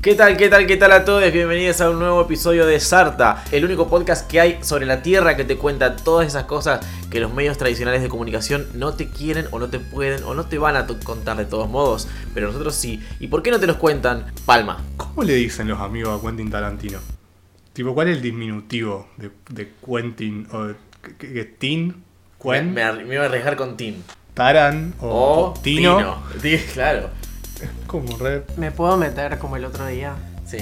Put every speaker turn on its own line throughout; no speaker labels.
¿Qué tal, qué tal, qué tal a todos? Bienvenidos a un nuevo episodio de Sarta, el único podcast que hay sobre la Tierra que te cuenta todas esas cosas que los medios tradicionales de comunicación no te quieren o no te pueden o no te van a to- contar de todos modos, pero nosotros sí. ¿Y por qué no te los cuentan? Palma.
¿Cómo le dicen los amigos a Quentin Tarantino? Tipo, ¿cuál es el diminutivo de, de Quentin o de que- que- Tin?
Me,
Quen,
me ar- me iba a arriesgar con Tim.
Taran o,
O
Oh, Tino.
Sí, claro.
Como re-
¿Me puedo meter como el otro día?
Sí.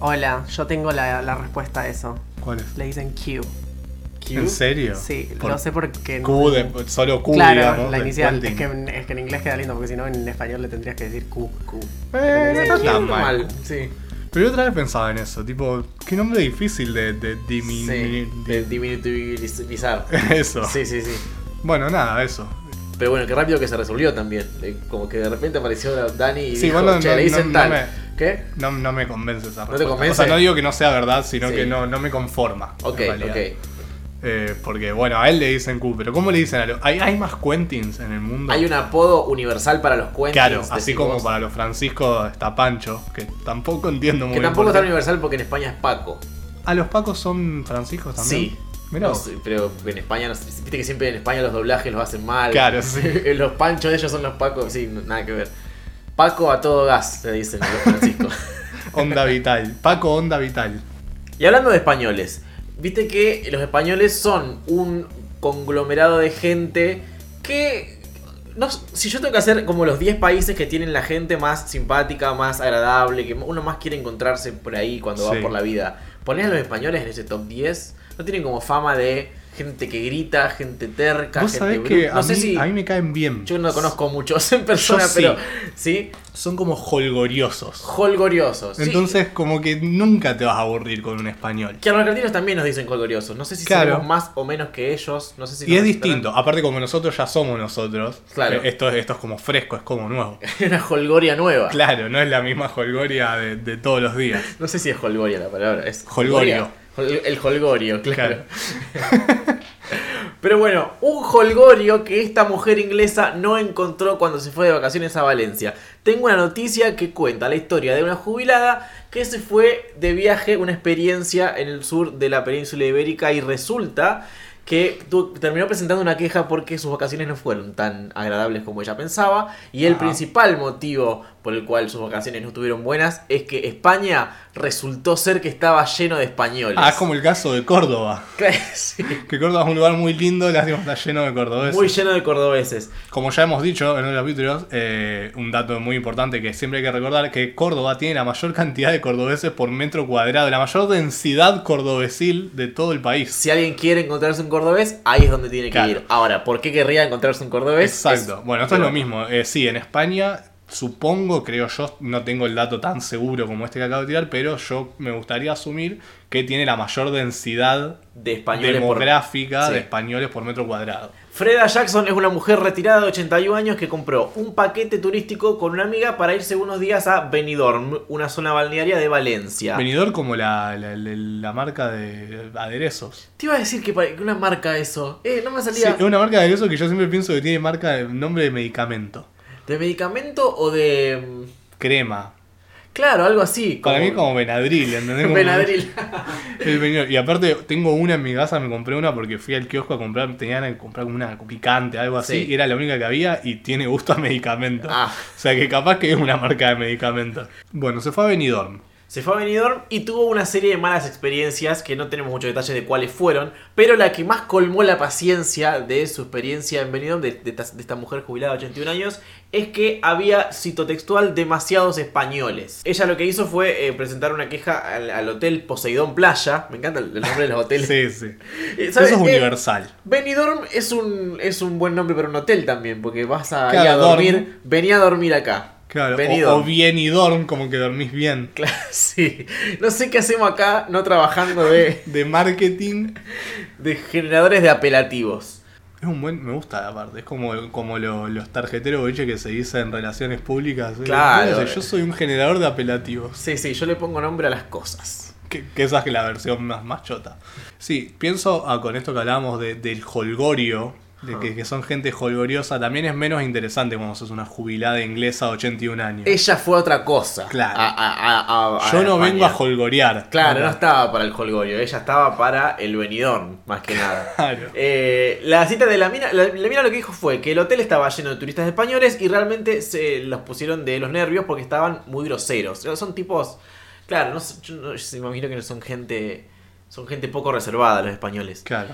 Hola, yo tengo la, la respuesta a eso.
¿Cuál es?
Le dicen Q.
¿En serio?
Sí,
Por
lo sé porque...
Q de- solo Q,
claro,
digamos,
la
de
inicial. Es
Quentin.
que, en- es que en inglés queda lindo porque si no en español le tendrías que decir Q.
Q.
Eh, no está tan mal.
Sí.
Pero yo otra vez pensaba en eso, tipo, qué nombre difícil de, de
Sí.
dimin-
De diminutivizar.
Eso.
Sí, sí, sí.
Bueno, nada, eso.
Pero bueno, qué rápido que se resolvió también. Eh, Como que de repente apareció Dani y
Sí,
dijo,
bueno,
che,
no-
le dicen
no-
tal.
no
¿Qué?
No, no me convence esa
te
respuesta.
convence?
O sea, no digo que no sea verdad, sino
Sí.
que no, no me conforma. en
Ok,
realidad.
ok.
Eh, porque, bueno, a él le dicen Q, pero ¿cómo le dicen a los.? Hay, hay más Quentins en el mundo.
Hay un apodo universal para los cuentos.
Claro, así como para los Francisco está Pancho, que tampoco entiendo muy
Que
bien.
tampoco
por
está
qué.
universal porque en España es Paco.
¿A los Pacos son Franciscos también?
Sí. No
Mirá vos.
sé, pero en España, no sé, viste que siempre en España los doblajes los hacen mal. Eh,
Claro, sí.
los panchos de ellos son los Pacos, sí, no- nada que ver. Paco a todo gas, se dicen los Francisco.
Onda Vital. Paco Onda Vital.
Y hablando de españoles, viste que los españoles son un conglomerado de gente que... No, s- si yo tengo que hacer como los 10 países que tienen la gente más simpática, más agradable, que uno más quiere encontrarse por ahí cuando
Sí.
va por la vida, ponés a los españoles en ese top 10, no tienen como fama de gente que grita, gente terca,
Vos
gente
sabés
bru-
que
no
a,
sé
mí,
si
a mí me caen bien.
yo no conozco muchos en persona,
Yo sí.
pero sí,
Son como holgoriosos.
holgoriosos. sí.
Entonces, como que nunca te vas a aburrir con un español.
Que a los argentinos también nos dicen colgoriosos. No sé si
Claro.
somos más o menos que ellos. No sé si
Y es
nos
distinto, aparte como nosotros ya somos nosotros,
Claro.
eh, esto, esto es como fresco, es como nuevo.
Es una holgoria nueva.
Claro, no es la misma holgoria de, de todos los días.
No sé si es holgoria la palabra. Es
Holgorio.
holgoria. Hol- el holgorio, claro. Pero bueno, un holgorio que esta mujer inglesa no encontró cuando se fue de vacaciones a Valencia. Tengo una noticia que cuenta la historia de una jubilada que se fue de viaje, una experiencia en el sur de la península ibérica y resulta que tu- terminó presentando una queja porque sus vacaciones no fueron tan agradables como ella pensaba y el
Ajá.
principal motivo por el cual sus vacaciones no estuvieron buenas es que España resultó ser que estaba lleno de españoles.
Ah, es como el caso de Córdoba.
Sí,
Que Córdoba es un lugar muy lindo, lástima está lleno de cordobeses.
Muy lleno de cordobeses.
Como ya hemos dicho en los capítulos, eh, un dato muy importante que siempre hay que recordar, que Córdoba tiene la mayor cantidad de cordobeses por metro cuadrado, la mayor densidad cordobesil de todo el país.
Si alguien quiere encontrarse un cordobés, ahí es donde tiene que
Claro.
ir. Ahora, ¿por qué querría encontrarse un cordobés?
Exacto.
Es-
Bueno, esto es lo mismo. Eh, sí, en España, supongo, creo yo, no tengo el dato tan seguro como este que acabo de tirar, pero yo me gustaría asumir que tiene la mayor densidad
De españoles por-
demográfica
Sí.
de españoles por metro cuadrado.
Freda Jackson es una mujer retirada de 81 años que compró un paquete turístico con una amiga para irse unos días a Benidorm, una zona balnearia de Valencia.
Venidor como la, la- la- la marca de aderezos.
Te iba a decir que pare- que una marca eso. Eh, no me
Sí,
salía.
es una marca de aderezos que yo siempre pienso que tiene marca de nombre de medicamento.
¿De medicamento o de.? mm,
Crema.
Claro, algo así.
Para mí es como Benadryl, ¿entendés? Como-
Benadryl.
El Benidorm. Y aparte tengo una en mi casa, me compré una porque fui al kiosco a comprar, tenía ganas de comprar como una picante, algo así,
Sí.
y era la única que había y tiene gusto a medicamento.
Ah.
O sea que capaz que es una marca de medicamentos. Bueno, se fue a Benidorm.
Se fue a Benidorm y tuvo una serie de malas experiencias que no tenemos muchos detalles de cuáles fueron, pero la que más colmó la paciencia de su experiencia en Benidorm, de, de esta, de esta mujer jubilada de 81 años, es que había, cito textual, demasiados españoles. Ella lo que hizo fue eh, presentar una queja al, al hotel Poseidón Playa, me encanta el el nombre de los hoteles.
Sí, sí.
Eh,
Eso
¿sabes?
es
Eh,
universal.
Benidorm es un, es un buen nombre para un hotel también, porque vas a, ir
Claro,
a dormir,
dorm.
venía a dormir acá.
Qué Claro, o,
Benidorm.
o bienidorm, como que dormís bien.
Claro, sí. No sé qué hacemos acá no trabajando de,
De marketing.
de generadores de apelativos.
Es un buen. Me gusta aparte. Es como, como lo- los tarjeteros boliche que se dicen en relaciones públicas. ¿eh?
Claro.
Yo soy un generador de apelativos.
Sí, sí, yo le pongo nombre a las cosas.
Que, que esa es la versión más, más chota. Sí, pienso ah, con esto que hablábamos de- del holgorio, de
Ah.
que, que son gente holgoriosa, también es menos interesante cuando sos una jubilada inglesa de 81 años.
Ella fue otra cosa.
Claro.
A- a- a- a-
Yo no vengo a
España.
holgorear.
Claro, no
Acá.
estaba para el holgorio, ella estaba para el venidón, más que nada.
Claro.
Eh, la cita de la mina, la, la mina lo que dijo fue que el hotel estaba lleno de turistas españoles y realmente se los pusieron de los nervios porque estaban muy groseros. Son tipos, claro, no, sé, yo no- yo se me imagino que son gente, son gente poco reservada los españoles.
Claro.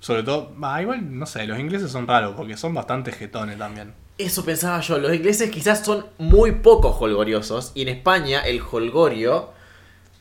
Sobre todo, bah, igual, no sé, los ingleses son raros porque son bastante jetones también.
Eso pensaba yo, los ingleses quizás son muy pocos holgoriosos y en España el holgorio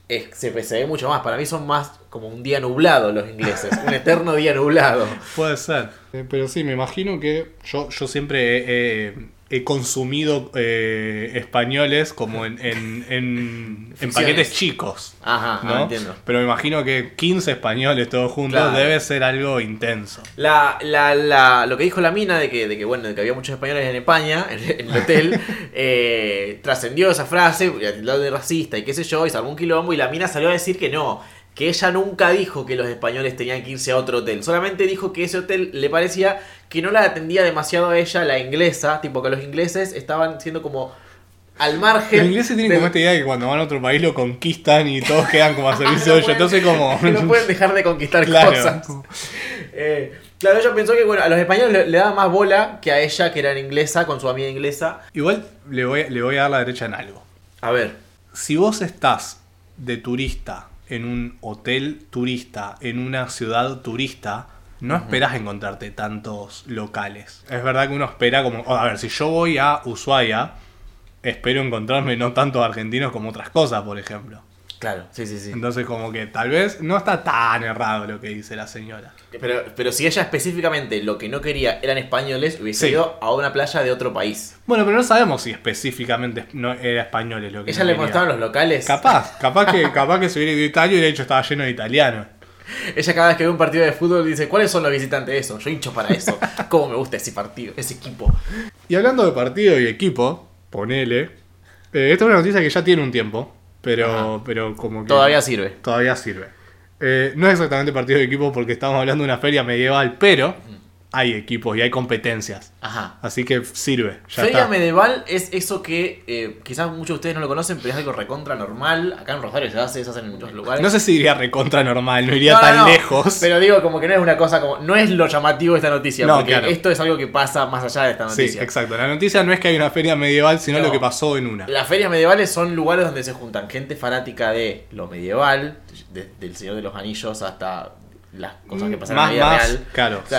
es- se, se ve mucho más. Para mí son más como un día nublado los ingleses, un eterno día nublado.
Puede ser. Eh, Pero sí, me imagino que yo, yo siempre he, he- he consumido eh, españoles como en, en, en- en
Ficciones.
paquetes chicos.
Ajá,
¿no?
ah, entiendo.
Pero me imagino que 15 españoles todos juntos
Claro.
debe ser algo intenso.
La, la, la, lo que dijo la mina de que, de que, bueno, de que había muchos españoles en España, en, en el hotel, eh, trascendió esa frase, lado de racista y qué sé yo, y se armó un quilombo, y la mina salió a decir que no, que ella nunca dijo que los españoles tenían que irse a otro hotel, solamente dijo que ese hotel le parecía que no la atendía demasiado a ella, la inglesa, tipo que los ingleses estaban siendo como al margen.
Los ingleses tienen
del-
como este esta idea de que cuando van a otro país lo conquistan y todos quedan como a servicio de ellos. Entonces, como.
que Ah, no pueden dejar de conquistar
Claro.
cosas. Eh, claro, ella pensó que bueno, a los españoles le, le daba más bola que a ella, que era inglesa, con su amiga inglesa.
Igual le voy, le voy a dar la derecha en algo.
A ver,
Si vos estás de turista en un hotel turista, en una ciudad turista, no esperás encontrarte tantos locales. Es verdad que uno espera como, "Oh, a ver, si yo voy a Ushuaia, espero encontrarme no tantos argentinos como otras cosas, por ejemplo.
claro, sí, sí, sí.
Entonces como que tal vez no está tan errado lo que dice la señora.
Pero, pero si ella específicamente lo que no quería eran españoles, hubiese
Sí.
ido a una playa de otro país.
Bueno, pero no sabemos si específicamente no era español es lo que
Ella
no
le
quería.
mostraron los locales.
Capaz, capaz que, capaz que se hubiera ido a Italia y de hecho estaba lleno de italianos.
Ella cada vez que ve un partido de fútbol dice, ¿cuáles son los visitantes de eso? Yo hincho para eso. ¿Cómo me gusta ese partido, ese equipo?
Y hablando de partido y equipo, ponele. eh, esta es una noticia que ya tiene un tiempo, pero, pero como que.
Todavía sirve.
todavía sirve. Eh, no es exactamente partido de equipo porque estamos hablando de una feria medieval, pero hay equipos y hay competencias.
Ajá.
Así que sirve. Ya
Ah. Feria
está.
medieval es eso que eh, quizás muchos de ustedes no lo conocen, pero es algo recontra normal. Acá en Rosario se hace, se hacen en muchos lugares.
No sé si iría recontra normal, no iría
No, no,
tan
no.
lejos.
Pero digo, como que no es una cosa como. No es lo llamativo de esta noticia,
No,
porque
claro.
esto es algo que pasa más allá de esta
sí,
noticia.
exacto. La noticia no es que hay una feria medieval, sino
No.
lo que pasó en una.
Las ferias medievales son lugares donde se juntan gente fanática de lo medieval, de- del Señor de los Anillos hasta las cosas que pasan en la
Mm, Más-
vida
más,
real.
claro, sí.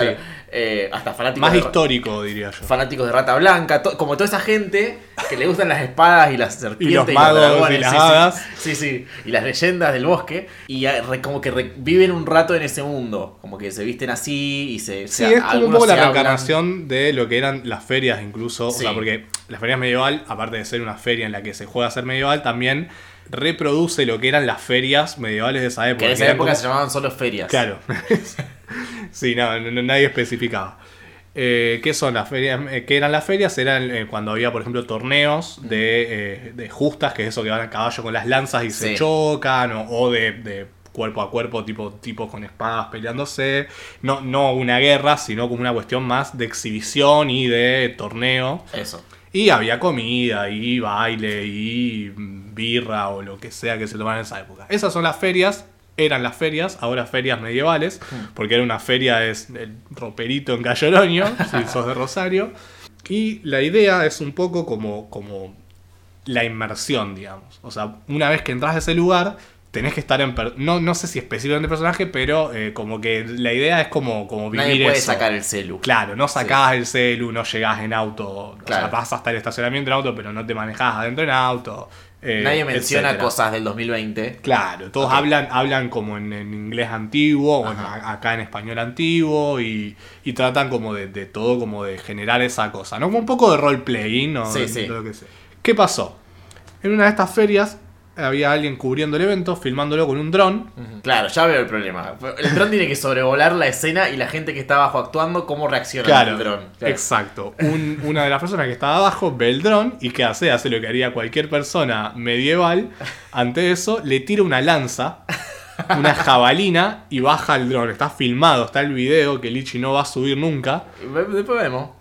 eh, hasta fanáticos
Más
de-
histórico, diría yo.
Fanáticos de Rata Blanca, to- como toda esa gente que le gustan las espadas y las serpientes
magos y
dragones,
las
sí,
hadas.
Sí, sí, sí, y las leyendas del bosque. Y ah, re- como que re- viven un rato en ese mundo, como que se visten así y se.
Sí,
se-
es como un
algunos
poco la
se hablan.
reencarnación de lo que eran las ferias incluso. O
Sí.
sea, porque las ferias medieval, aparte de ser una feria en la que se juega a ser medieval, también reproduce lo que eran las ferias medievales de esa época.
Que en esa
eran
época
como-
se llamaban solo ferias.
Claro. sí, no, no- no- nadie especificaba. Eh, ¿Qué son las ferias? eh, ¿Qué eran las ferias? Eran eh, cuando había, por ejemplo, torneos de, eh, de justas, que es eso que van a caballo con las lanzas y
Sí.
se chocan, o, o de, de cuerpo a cuerpo, tipo tipos con espadas peleándose. No, no una guerra, sino como una cuestión más de exhibición y de torneo.
Eso.
Y había comida y baile y birra o lo que sea que se tomara en esa época. Esas son las ferias, eran las ferias, ahora ferias medievales, porque era una feria es el roperito en Calloroño, si sos de Rosario. Y la idea es un poco como, como la inmersión, digamos. O sea, una vez que entras a ese lugar, tenés que estar en... per- No, no sé si específicamente personaje, pero eh, como que la idea es como, como vivir
Nadie puede
eso.
sacar el celu.
Claro, no sacás el celu, no llegás en auto. O sea,
Claro.
vas hasta el estacionamiento en auto, pero no te manejás adentro en auto. eh,
Nadie menciona
etcétera.
cosas del 2020.
Claro, todos
Ok.
hablan, hablan como en, en inglés antiguo, bueno, a- acá en español antiguo, y, y tratan como de, de todo, como de generar esa cosa, ¿no? Como un poco de role-playing, ¿no?
Sí,
De-
sí.
de lo que sea. ¿Qué pasó? En una de estas ferias había alguien cubriendo el evento, filmándolo con un dron.
Claro, ya veo el problema. El dron tiene que sobrevolar la escena y la gente que está abajo actuando, cómo reacciona el dron. Claro.
exacto. Un- una de las personas que estaba abajo ve el dron y ¿qué hace? Hace lo que haría cualquier persona medieval. Ante eso, le tira una lanza, una jabalina y baja el dron. Está filmado, está el video que Lichi no va a subir nunca.
Ve- Después vemos.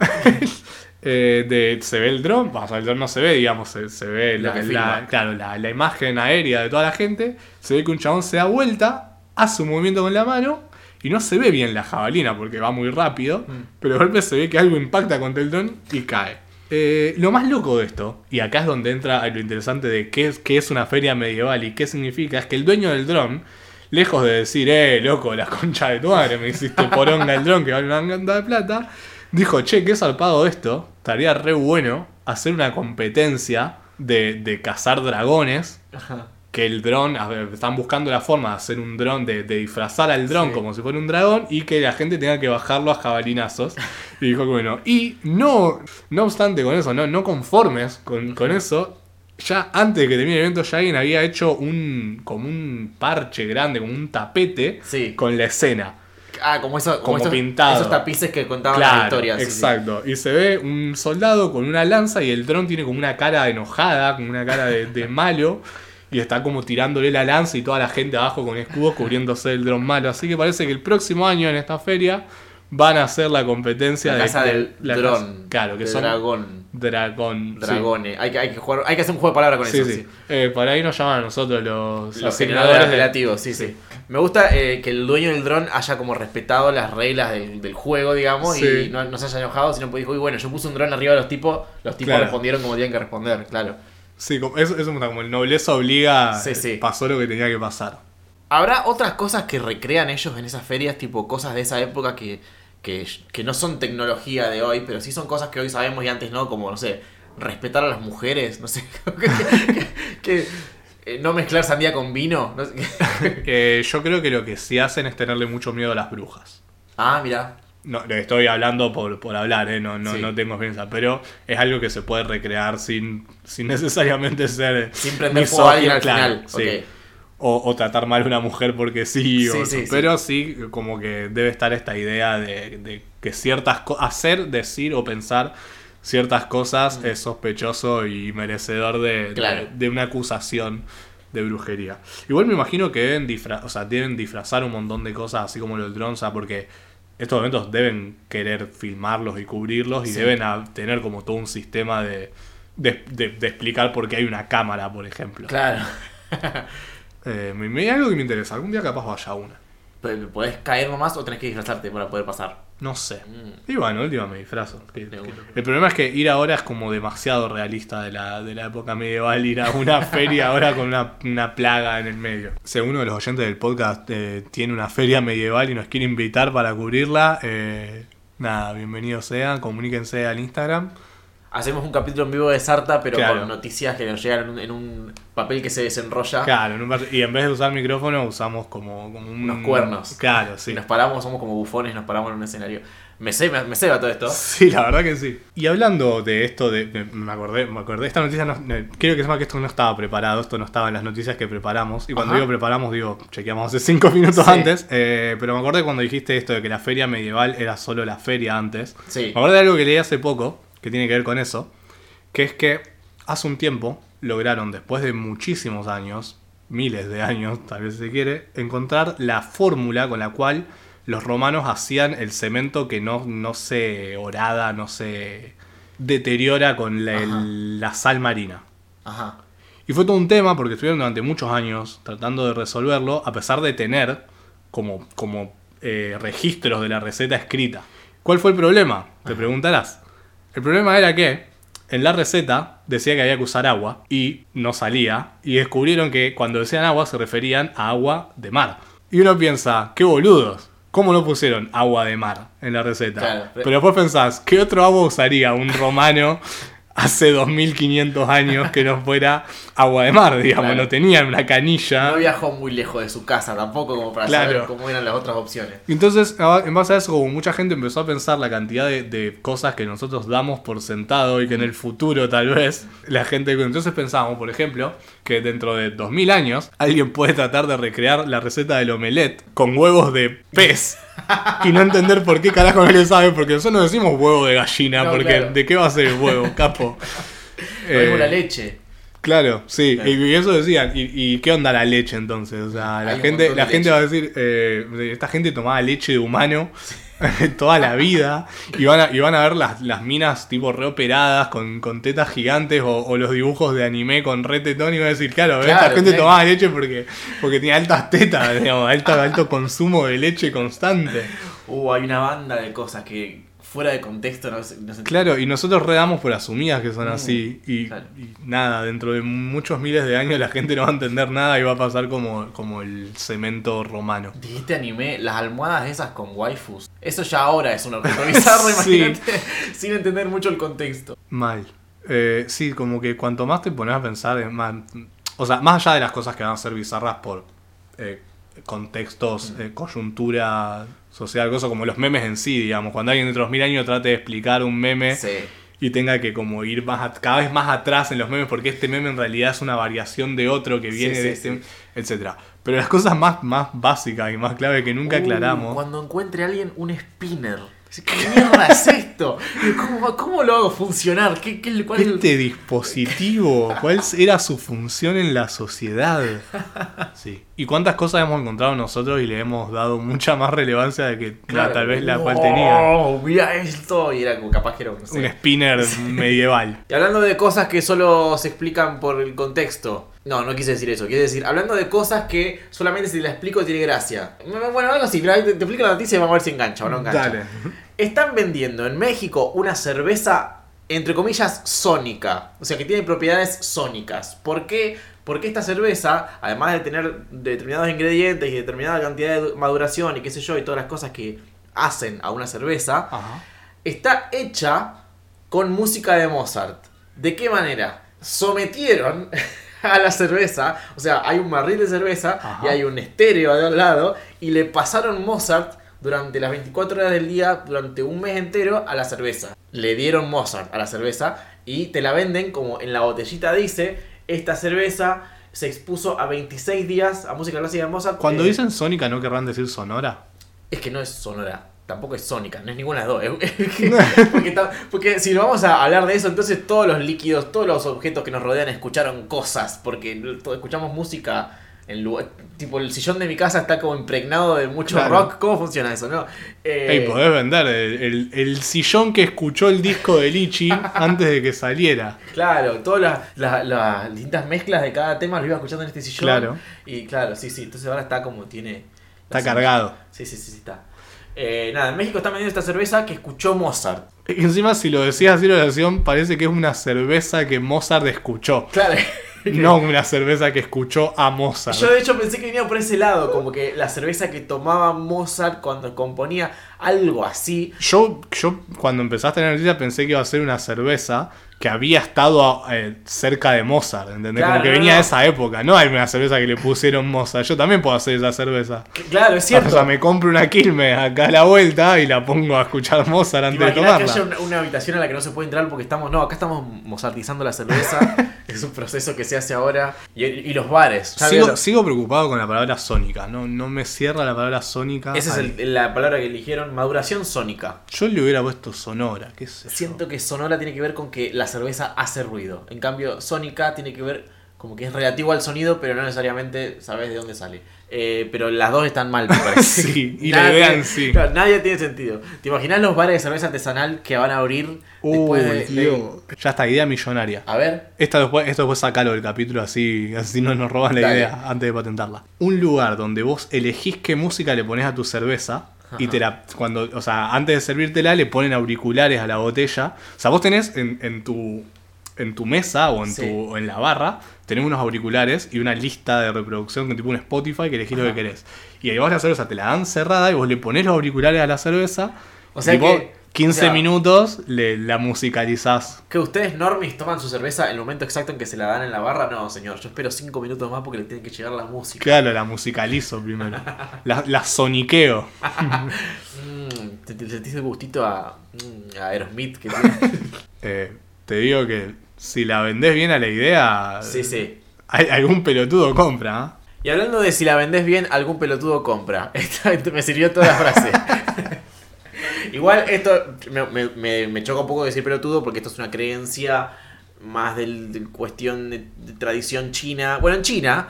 Eh, de, se ve el dron, o sea, el dron no se ve, digamos, se, se ve
Lo
la,
que
la-
filma.
claro, la, la imagen aérea de toda la gente. Se ve que un chabón se da vuelta, hace un movimiento con la mano y no se ve bien la jabalina porque va muy rápido,
Mm.
pero de golpe se ve que algo impacta contra el dron y cae. Eh, lo más loco de esto, y acá es donde entra lo interesante de qué es, qué es una feria medieval y qué significa, es que el dueño del dron, lejos de decir, eh, loco, la concha de tu madre, me hiciste poronga el dron que vale una ganda de plata, dijo, che, qué zarpado esto, estaría re bueno hacer una competencia de, de cazar dragones. Que el dron, a ver, están buscando la forma de hacer un dron, de, de disfrazar al dron
Sí.
como si fuera un dragón y que la gente tenga que bajarlo a jabalinazos. Y dijo que bueno, y no, no obstante con eso, no, no conformes con, con eso, ya antes de que termine el evento, ya alguien había hecho un, como un parche grande, como un tapete
Sí.
con la escena.
Ah, como eso, como,
Como
esos,
pintado.
esos tapices que contaban la historia. sí, sí.
Exacto. Y se ve un soldado con una lanza y el dron tiene como una cara enojada, como una cara de, de malo. Y está como tirándole la lanza y toda la gente abajo con escudos cubriéndose el dron malo. Así que parece que el próximo año en esta feria van a hacer la competencia
La
de-
casa
de-
del
la casa-
dron.
Claro, que
del
son
dragón.
dragón. sí.
Dragones. Hay, que, hay, que jugar, hay que hacer un juego de palabras con
Sí,
eso.
sí.
sí.
Eh, por ahí nos llaman a nosotros los,
Los
asignadores
generadores
de-
apelativos, sí, sí, Me gusta eh, que el dueño del dron haya como respetado las reglas del, del juego, digamos,
Sí.
y no, no se haya enojado, sino que dijo, uy, bueno, yo puse un dron arriba de los tipos, los tipos
Claro.
respondieron como tenían que responder, claro.
Sí, como- eso, eso me gusta, como el nobleza obliga, eh,
Sí, sí.
pasó lo que tenía que pasar.
¿Habrá otras cosas que recrean ellos en esas ferias, tipo cosas de esa época que, que, que no son tecnología de hoy, pero sí son cosas que hoy sabemos y antes no? Como, no sé, respetar a las mujeres, no sé, que, que- eh, no mezclar sandía con vino. no sé.
Eh, yo creo que lo que sí hacen es tenerle mucho miedo a las brujas.
ah, mira.
No, le estoy hablando por, por hablar, eh, no, no,
Sí.
no tengo experiencia, pero es algo que se puede recrear sin, sin necesariamente ser
Sin prender fuego a alguien al
misógino, claro,
final.
sí.
ok.
o, o tratar mal a una mujer porque sí, o
Sí,
eso.
sí, sí.
pero sí. como que debe estar esta idea de, de que ciertas co- hacer, decir o pensar ciertas cosas es sospechoso y merecedor de, de-
Claro.
de, una acusación de brujería. Igual me imagino que deben, disfra- o sea, deben disfrazar un montón de cosas así como los drones, o sea, porque estos eventos deben querer filmarlos y cubrirlos y
Sí.
deben a- tener como todo un sistema de, de, de- de explicar por qué hay una cámara, por ejemplo.
Claro.
Eh, me, me- algo que me interesa. Algún día capaz vaya a una.
Pero ¿Podés caer nomás o tenés que disfrazarte para poder pasar?
No sé.
Mm.
Y bueno, última me disfrazo. Que- que-
una.
El problema es que ir ahora es como demasiado realista de la, de la época medieval. Ir a una feria ahora con una, una plaga en el medio. Si alguno de los oyentes del podcast eh, tiene una feria medieval y nos quiere invitar para cubrirla, eh, nada, bienvenidos sean. Comuníquense al Instagram.
Hacemos un capítulo en vivo de Sarta, pero
Claro.
con noticias que nos llegan en un, en un papel que se desenrolla.
Claro, en un par- y en vez de usar micrófono, usamos como, como un-
Unos cuernos.
Claro, sí.
Y nos paramos, somos como bufones, nos paramos en un escenario. Me sé, me, me ceba todo esto.
Sí, la verdad que sí. Y hablando de esto, de, me- me acordé, me acordé, esta noticia no, no- creo que es más que esto no estaba preparado, esto no estaba en las noticias que preparamos. Y cuando
Ajá.
digo preparamos, digo, chequeamos hace cinco minutos
Sí.
antes. Eh, pero me acordé cuando dijiste esto de que la feria medieval era solo la feria antes.
Sí.
Me acordé de algo que leí hace poco, que tiene que ver con eso, que es que hace un tiempo lograron, después de muchísimos años, miles de años, tal vez se quiere, encontrar la fórmula con la cual los romanos hacían el cemento que no, no se orada, no se deteriora con la, el- la sal marina.
Ajá.
Y fue todo un tema porque estuvieron durante muchos años tratando de resolverlo, a pesar de tener como, como eh, registros de la receta escrita. ¿Cuál fue el problema? Te preguntarás. El problema era que en la receta decía que había que usar agua y no salía. Y descubrieron que cuando decían agua se referían a agua de mar. Y uno piensa, qué boludos. ¿Cómo no pusieron agua de mar en la receta?
Claro.
Pero después pensás, ¿qué otro agua usaría un romano hace 2500 años que no fuera agua de mar, digamos,
Claro.
no tenían una canilla.
No viajó muy lejos de su casa tampoco como para saber
Claro.
cómo eran las otras opciones.
Y Entonces, a- en base a eso, como mucha gente empezó a pensar la cantidad de, de cosas que nosotros damos por sentado y que en el futuro tal vez la gente... Entonces pensamos, por ejemplo, que dentro de 2000 años alguien puede tratar de recrear la receta del omelette con huevos de pez y no entender por qué carajo no le sabe, porque nosotros no decimos huevo de gallina,
No,
porque
claro.
¿de qué va a ser el huevo, capo?
No
Eh,
la leche.
Claro, sí,
Claro.
Y, y eso decían. ¿Y, y qué onda la leche entonces? O sea,
Hay
la,
un
gente,
montón de
la gente
leche.
va a decir, eh, esta gente tomaba leche de humano toda la vida y van a, y van a ver las, las minas tipo reoperadas con, con tetas gigantes o, o los dibujos de anime con re tetón y van a decir, claro, esta
Claro,
gente
claro.
tomaba leche porque, porque tenía altas tetas, digamos, alto, alto consumo de leche constante.
Uh, hay una banda de cosas que fuera de contexto no se, no se-
Claro, y nosotros redamos por asumidas que son así. Y,
Mm. claro.
y nada, dentro de muchos miles de años la gente no va a entender nada y va a pasar como, como el cemento romano.
Dijiste anime, las almohadas esas con waifus. Eso ya ahora es un objeto bizarro,
Sí.
imagínate, sin entender mucho el contexto.
Mal. Eh, sí, como que cuanto más te pones a pensar, es más, o sea, más allá de las cosas que van a ser bizarras por eh, contextos,
Mm.
eh, coyuntura social, cosas como los memes en sí, digamos. Cuando alguien dentro de 2000 años trate de explicar un meme.
Sí.
y tenga que como ir más at- cada vez más atrás en los memes porque este meme en realidad es una variación de otro que
Sí,
viene
sí,
de este
sí.
etcétera pero las cosas más, más básicas y más clave que nunca
Uh,
aclaramos
Cuando encuentre a alguien un spinner. Dice, ¿Qué mierda es esto? ¿Cómo, cómo lo hago funcionar? ¿Qué, qué, cuál es el-
este dispositivo cuál era su función en la sociedad sí y cuántas cosas hemos encontrado nosotros y le hemos dado mucha más relevancia de que la-
Claro. Oh,
tal vez la cual
Wow,
tenía
Mira esto. Y era como capaz que era un, no sé.
un spinner medieval
Y hablando de cosas que solo se explican por el contexto. No, no quise decir eso. Quise decir, hablando de cosas que solamente si te la explico tiene gracia. Bueno, algo así. mirá, Te, te explico la noticia y vamos a ver si engancha o no engancha.
dale
Están vendiendo en México una cerveza, entre comillas, sónica. O sea, que tiene propiedades sónicas. ¿Por qué? Porque esta cerveza, además de tener determinados ingredientes y determinada cantidad de maduración y qué sé yo, y todas las cosas que hacen a una cerveza,
Ajá.
está hecha con música de Mozart. ¿De qué manera? Sometieron a la cerveza, o sea, hay un barril de cerveza
Ajá.
y hay un estéreo de al lado, y le pasaron Mozart durante las 24 horas del día, durante un mes entero, a la cerveza. Le dieron Mozart a la cerveza y te la venden como en la botellita dice, esta cerveza se expuso a 26 días a música clásica de Mozart.
cuando
Eh,
dicen sónica no querrán decir sonora
es que no es sonora, tampoco es sónica, no es ninguna de las dos. es que- porque, ta- porque si vamos a hablar de eso, entonces todos los líquidos, todos los objetos que nos rodean escucharon cosas, porque to- escuchamos música. En lugar, tipo, el sillón de mi casa está como impregnado de mucho
Claro.
rock. ¿Cómo funciona eso? No, Eh,
Ey, podés vender el, el- el sillón que escuchó el disco de Lichi antes de que saliera.
Claro, todas las, las- las distintas mezclas de cada tema lo iba escuchando en este sillón.
Claro.
Y claro, sí, sí. Entonces ahora está como tiene.
Está cargado.
Sí, sí, sí, sí, está. Eh, nada, en México está vendiendo esta cerveza que escuchó Mozart.
Y encima, si lo decías así, la oración parece que es una cerveza que Mozart escuchó.
Claro.
No una cerveza que escuchó a Mozart.
Yo de hecho pensé que venía por ese lado, como que la cerveza que tomaba Mozart cuando componía algo así.
Yo, yo cuando empezaste la noticia pensé que iba a ser una cerveza que había estado eh, cerca de Mozart, ¿entendés?
Claro,
Como que
no,
venía
no.
de esa época, no hay una cerveza que le pusieron Mozart. Yo también puedo hacer esa cerveza.
Que- Claro, es
O sea,
cierto.
me compro una Quilmes acá a la vuelta y la pongo a escuchar Mozart
¿Te
antes de
imaginas
tomarla.
que haya una, una habitación a la que no se puede entrar porque estamos. No, acá estamos mozartizando la cerveza. es un proceso que se hace ahora. Y, y los bares. Ya
Sigo,
veo-
sigo preocupado con la palabra sónica, no, no me cierra la palabra sónica.
Esa es
Ay,
el- la palabra que eligieron: maduración sónica.
Yo le hubiera puesto sonora, qué sé yo.
Siento que sonora tiene que ver con que la cerveza hace ruido. En cambio, sónica tiene que ver como que es relativo al sonido, pero no necesariamente sabes de dónde sale. Eh, pero las dos están mal, me parece.
Sí, y
Nada
la idea
tiene-
en sí.
claro, nadie tiene sentido. ¿Te imaginas los bares de cerveza artesanal que van a abrir después
Uy,
de, de-
tío. Ya está, idea millonaria.
A ver.
Esta después, esto después sacalo del capítulo así, así no nos roban la
Dale.
idea antes de patentarla. Un lugar donde vos elegís qué música le pones a tu cerveza y te la, cuando, o sea, antes de servírtela le ponen auriculares a la botella. O sea, vos tenés en, en tu en tu mesa o en
Sí.
tu o en la barra tenés unos auriculares y una lista de reproducción con tipo un Spotify que elegís lo que querés. Y ahí vas la cerveza, te la dan cerrada y vos le pones los auriculares a la cerveza.
O sea
y vos-
que
15
Claro.
minutos le, la musicalizás.
Que ustedes, normis, toman su cerveza en el momento exacto en que se la dan en la barra. No, señor, yo espero 5 minutos más porque le tiene que llegar la música.
Claro, la musicalizo primero. La, la soniqueo.
Mm, te, te sentís el gustito a, mm, a Aerosmith. Que tiene.
Eh, te digo que si la vendés bien a la idea,
sí, sí.
hay- algún pelotudo compra. ¿eh?
Y hablando de si la vendés bien, algún pelotudo compra. Esta- me sirvió toda la frase. Igual esto me, me, me- me choca un poco decir pelotudo porque esto es una creencia más del, del cuestión de, de tradición china. Bueno, en China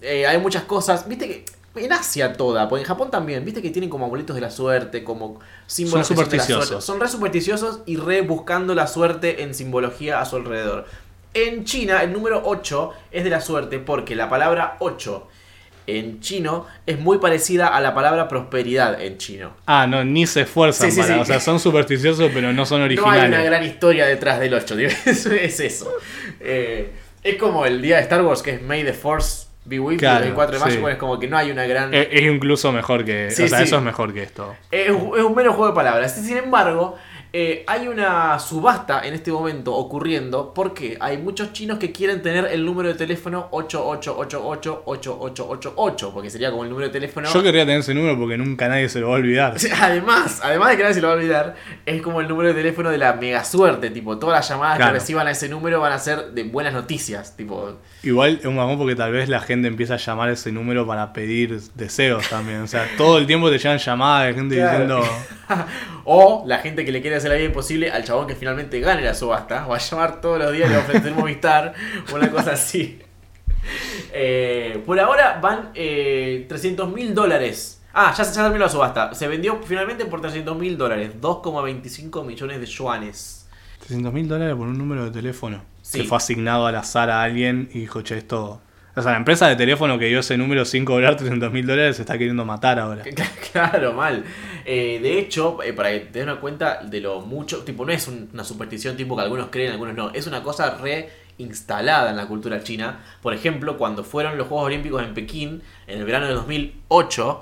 eh, hay muchas cosas, viste que en Asia toda, porque en Japón también, viste que tienen como amuletos de la suerte, como símbolos que de la suerte.
supersticiosos.
Son re supersticiosos y re buscando la suerte en simbología a su alrededor. En China el número 8 es de la suerte porque la palabra 8 en chino es muy parecida a la palabra prosperidad en chino.
Ah, no, ni se esfuerzan
Sí, sí,
para.
sí.
O sea, son supersticiosos, pero no son originales.
No hay una gran historia detrás del 8, digo, es, es eso. Eh, es como el día de Star Wars que es May the Force be with you,
Claro,
el 4 de mayo,
sí.
bueno, es como que no hay una gran...
Es, Eh, es incluso mejor que.
Sí,
o sea,
sí.
eso es mejor que esto.
Es, es un mero juego de palabras. Sin embargo, eh, hay una subasta en este momento ocurriendo porque hay muchos chinos que quieren tener el número de teléfono 88888888, porque sería como el número de teléfono...
Yo querría tener ese número porque nunca nadie se lo va a olvidar.
Sí, Además, además de que nadie se lo va a olvidar, es como el número de teléfono de la mega suerte, tipo, todas las llamadas
Claro.
que reciban a ese número van a ser de buenas noticias, tipo,
Igual es un mamón porque tal vez la gente empieza a llamar ese número para pedir deseos también. O sea, todo el tiempo te llegan llamadas de gente
Claro.
diciendo.
o la gente que le quiere hacer la vida imposible al chabón que finalmente gane la subasta, va a llamar todos los días y le va a ofrecer Movistar, o una cosa así. Eh, por ahora van 300 mil dólares. Ah, ya, se- ya terminó la subasta. Se vendió finalmente por 300 mil dólares, 2,25 millones de yuanes.
300 mil dólares por un número de teléfono.
Sí.
Que fue asignado al azar a alguien y dijo, che, esto. O sea, la empresa de teléfono que dio ese número sin cobrar 300 mil dólares se está queriendo matar ahora.
Claro, mal. Eh, de hecho, eh, para que te den una cuenta de lo mucho, tipo, no es un- una superstición tipo que algunos creen, algunos no, es una cosa re instalada en la cultura china. Por ejemplo, cuando fueron los Juegos Olímpicos en Pekín, en el verano de 2008,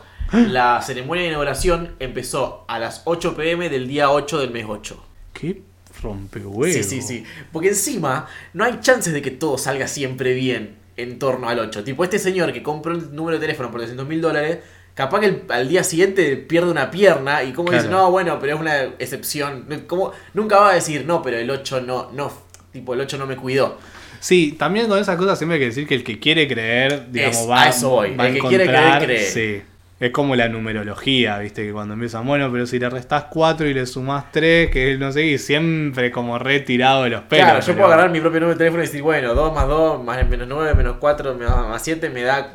la ceremonia de inauguración empezó a las 8 pm del día 8 del mes 8.
¿Qué rompehuevo?
Sí, sí, sí. Porque encima no hay chances de que todo salga siempre bien en torno al 8. Tipo, este señor que compró el número de teléfono por 300 mil dólares, capaz que el- al día siguiente pierde una pierna y como dice,
Claro.
no, bueno, pero es una excepción. Como, nunca va a decir, no, pero el 8 no, no. Tipo, el 8 no me cuidó.
Sí, también con esas cosas siempre hay que decir que el que quiere creer, digamos,
Es-
va,
a eso voy.
va a
El que quiere
encontrar-
creer, cree.
Sí. Es como la numerología, viste, que cuando empiezan, bueno, pero si le restás 4 y le sumás 3, que no sé, y siempre como retirado de los pelos.
claro, yo
pero-
puedo agarrar mi propio número de teléfono y decir, bueno, 2 más 2 más menos 9 menos 4 más 7 me da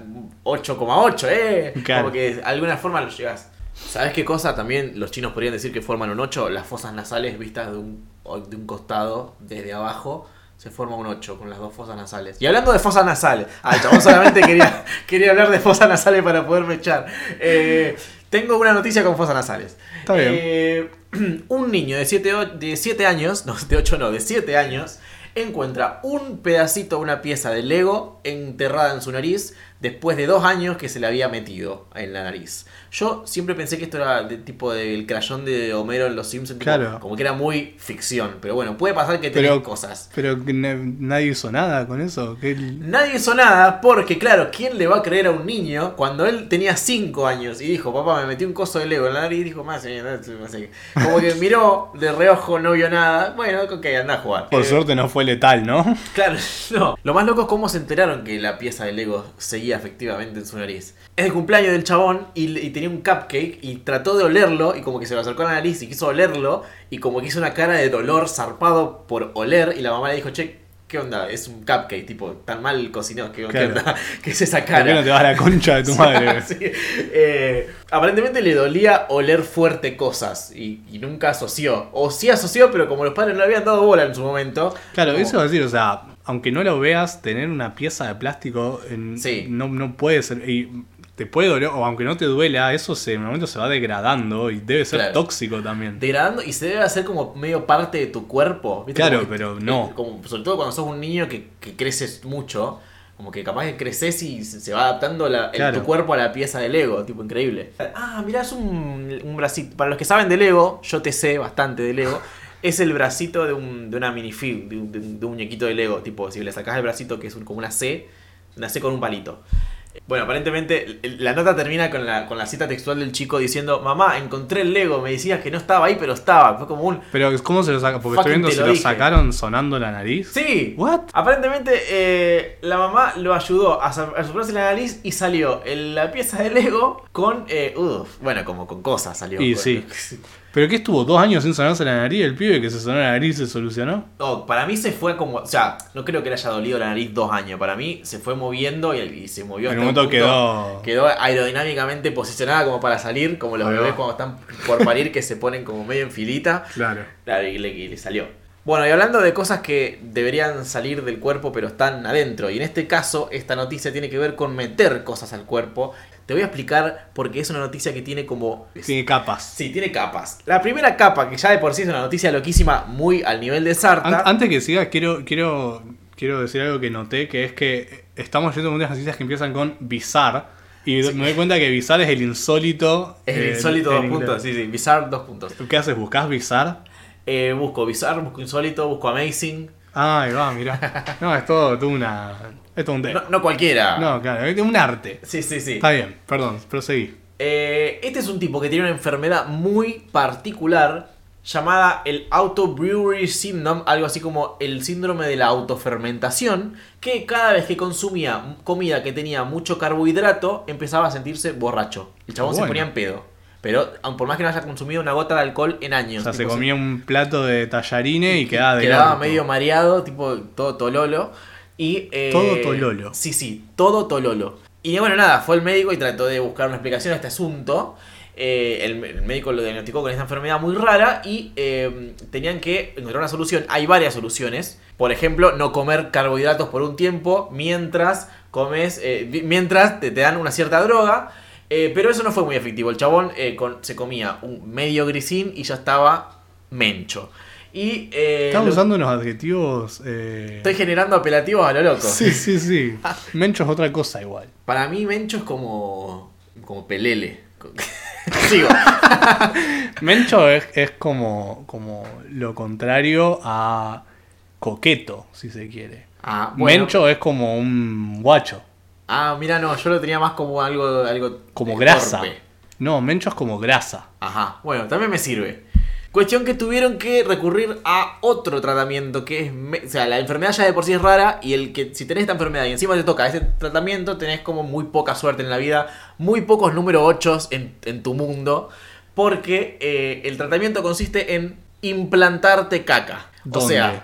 8,8, ¿eh?
Claro.
Como que de alguna forma lo llegas. ¿Sabes qué cosa? También los chinos podrían decir que forman un 8. Las fosas nasales vistas de un, o de un costado, desde abajo, se forma un 8 con las dos fosas nasales. Y hablando de fosas nasales, ah, el chabón solamente quería, quería hablar de fosas nasales para poderme echar. Eh, tengo una noticia con fosas nasales.
Está bien.
Eh, un niño de 7 de siete años, no, de 8 no, de 7 años, encuentra un pedacito, una pieza de Lego enterrada en su nariz después de dos años que se le había metido en la nariz. Yo siempre pensé que esto era de tipo del crayón de Homero en Los Simpsons, tipo,
Claro.
como que era muy ficción, pero bueno, puede pasar que tenés
Pero,
cosas.
pero que na- nadie hizo nada con eso. que el-
Nadie hizo nada porque, claro, ¿quién le va a creer a un niño cuando él tenía 5 años y dijo, papá, me metí un coso de Lego en la nariz y dijo, más, eh, no, no sé qué". Como que miró de reojo, no vio nada. Bueno, ok, anda a jugar.
Por
Eh,
suerte no fue letal, ¿no?
Claro, no. Lo más loco es cómo se enteraron que la pieza de Lego seguía efectivamente en su nariz. Es el cumpleaños del chabón y, y tenía un cupcake y trató de olerlo y como que se lo acercó a la nariz y quiso olerlo y como que hizo una cara de dolor zarpado por oler y la mamá le dijo, che, ¿qué onda? Es un cupcake, tipo, tan mal cocinado, ¿qué, qué
Claro.
onda? ¿Qué es esa
¿Por qué
cara?
no te vas a la concha de tu madre?
Sí. Eh, aparentemente le dolía oler fuerte cosas y, y nunca asoció. O sí asoció, pero como los padres no le habían dado bola en su momento.
Claro,
como-
eso es decir, o sea, aunque no lo veas, tener una pieza de plástico en-
Sí.
no, no puede ser. Y te puede doler, o aunque no te duela, eso se, en un momento se va degradando y debe ser
Claro.
tóxico también.
degradando y se debe hacer como medio parte de tu cuerpo. ¿viste?
Claro,
Como que-
pero no.
Como, sobre todo cuando sos un niño que, que creces mucho. Como que capaz que creces y se se va adaptando la- el-
Claro.
tu cuerpo a la pieza de Lego, tipo increíble. Ah, mirá, es un, un bracito. Para los que saben de Lego, yo te sé bastante de Lego. Es el bracito de, un, de una minifig, de un, de un- de un muñequito de Lego. Tipo, si le sacás el bracito que es un- como una C, una C con un palito. Bueno, aparentemente el- la nota termina con la, con la cita textual del chico diciendo, mamá, encontré el Lego, me decías que no estaba ahí, pero estaba. Fue como un...
Pero ¿cómo se lo sacan? Porque estoy
Fucking
viendo
te
si
lo
lo
dije.
sacaron sonando la nariz.
Sí.
¿What?
Aparentemente eh, la mamá lo ayudó a, sa- a superarse la nariz y salió en la pieza de Lego con... eh, uf, bueno, como con cosas salió.
Y sí. ¿Pero qué estuvo? ¿Dos años sin sonarse la nariz? ¿El pibe que se sonó la nariz se solucionó?
No, para mí se fue como... O sea, no creo que le haya dolido la nariz dos años. Para mí se fue moviendo y, y se movió.
En
hasta
un momento
punto-
quedó-
Quedó aerodinámicamente posicionada como para salir, como los
Ahí va.
bebés cuando están por parir que se ponen como medio en filita.
Claro.
Claro, y le, y le salió. Bueno, y hablando de cosas que deberían salir del cuerpo pero están adentro, y en este caso esta noticia tiene que ver con meter cosas al cuerpo, te voy a explicar porque es una noticia que tiene como...
Tiene capas.
Sí, tiene capas. La primera capa, que ya de por sí es una noticia loquísima, muy al nivel de
An-
Sarta.
antes que siga, quiero, quiero, quiero decir algo que noté, que es que estamos yendo a unas noticias que empiezan con bizar. Y me doy cuenta que bizar es el insólito.
es el
en-
insólito
en
dos
inglés.
puntos, sí, sí, Bizarre dos puntos.
¿Qué haces? ¿Buscás bizar?
Eh, busco Bizarre, busco Insólito, busco Amazing.
Ah, ahí va, mirá. No, es todo, todo una. Es todo un tema.
No, no cualquiera.
No, claro, es un arte.
Sí, sí, sí.
Está bien, perdón, proseguí.
Eh, este es un tipo que tiene una enfermedad muy particular llamada el Autobrewery Syndrome, algo así como el síndrome de la autofermentación, que cada vez que consumía comida que tenía mucho carbohidrato, empezaba a sentirse borracho. El chabón se
Bueno.
ponía en pedo. Pero aun por más que no haya consumido una gota de alcohol en años.
O sea, se
tipo,
comía un plato de tallarines y quedaba de
quedaba
orto.
medio mareado, tipo todo tololo. Y, eh,
Todo tololo.
Sí, sí, todo tololo. Y bueno, nada, fue el médico y trató de buscar una explicación a este asunto. Eh, el, el médico lo diagnosticó con esta enfermedad muy rara y eh, tenían que encontrar una solución. Hay varias soluciones. Por ejemplo, no comer carbohidratos por un tiempo mientras comes, eh, vi- mientras te, te dan una cierta droga. Eh, pero eso no fue muy efectivo. El chabón eh, con- se comía un medio grisín y ya estaba mencho. Y eh,
Estaba
lo-
usando unos adjetivos. eh,
Estoy generando apelativos a lo loco.
Sí, sí, sí. Mencho es otra cosa igual.
Para mí, Mencho es como. como pelele. Sigo.
Mencho es, es como, como lo contrario a coqueto, si se quiere.
Ah, bueno.
Mencho es como un guacho,
Ah, mira, no, yo lo tenía más como algo. algo
como
eh,
grasa.
torpe.
No, Mencho es como grasa.
Ajá, bueno, también me sirve. Cuestión que tuvieron que recurrir a otro tratamiento que es. me- O sea, la enfermedad ya de por sí es rara y el que si tenés esta enfermedad y encima te toca este tratamiento, tenés como muy poca suerte en la vida, muy pocos número 8 en, en tu mundo, porque eh, el tratamiento consiste en implantarte caca. O
¿Dónde?
sea,